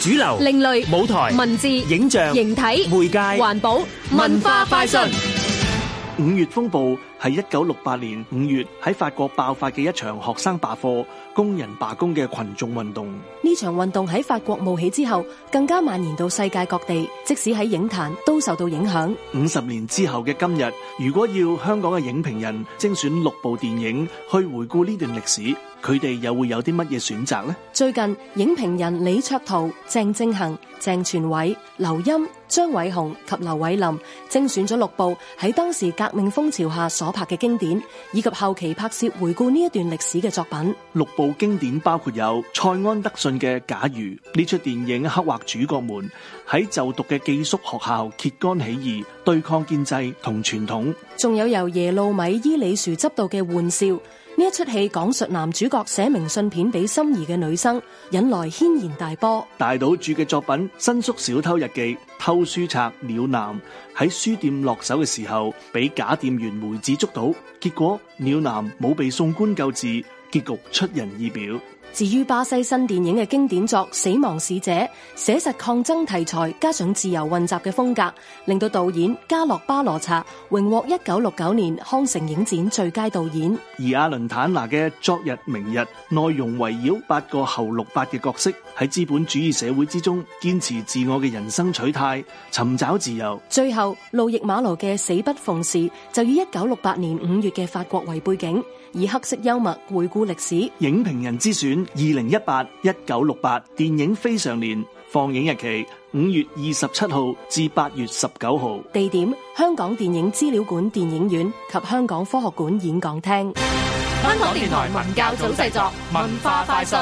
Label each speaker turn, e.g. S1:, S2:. S1: 主流、
S2: 另類
S1: 舞台、
S2: 文字、
S1: 影像、
S2: 形體、
S1: 媒介、
S2: 環保、文化快訊。
S3: 五月風暴係一九六八年五月喺法國爆發嘅一場學生罷課、工人罷工嘅群眾運動。
S4: 呢場運動喺法國冒起之後，更加蔓延到世界各地，即使喺影壇都受到影響。
S3: 五十年之後嘅今日，如果要香港嘅影評人精選六部電影去回顧呢段歷史，佢哋又會有啲乜嘢選擇呢？
S4: 最近，影評人李卓圖、鄭正恒、鄭傳偉、劉鑫、張偉雄及劉偉林精選咗六部喺當時革命風潮下所拍嘅經典，以及後期拍攝回顧呢一段歷史嘅作品。
S3: 六部經典包括有蔡安德信嘅《假如》呢出電影，刻畫主角們喺就讀嘅寄宿學校揭竿起義，對抗建制同傳統；
S4: 仲有由耶路米伊里殊執導嘅《玩笑》。呢一出戲講述男主角寫明信片俾心儀嘅女生，引來軒然大波。
S3: 大島渚嘅作品《新宿小偷日記》、《偷書賊鳥男》喺書店落手嘅時候，俾假店員梅子捉到，結果鳥男冇被送官救治，結局出人意表。
S4: 至於巴西新電影嘅經典作《死亡使者》，寫實抗爭題材加上自由混雜嘅風格，令到導演加洛巴羅查榮獲一九六九年康城影展最佳導演。
S3: 而阿倫坦拿嘅《昨日明日》，內容圍繞八個後六八嘅角色喺資本主義社會之中堅持自我嘅人生取態，尋找自由。
S4: 最後，路易馬盧嘅《死不逢時》就以一九六八年五月嘅法國為背景，以黑色幽默回顧歷史。
S3: 影評人之選二零一八一九六八電影非常年，放映日期五月二十七號至八月十九號，
S4: 地點香港電影資料館電影院及香港科學館演講廳。
S2: 香港電台文教組製作，文化快訊。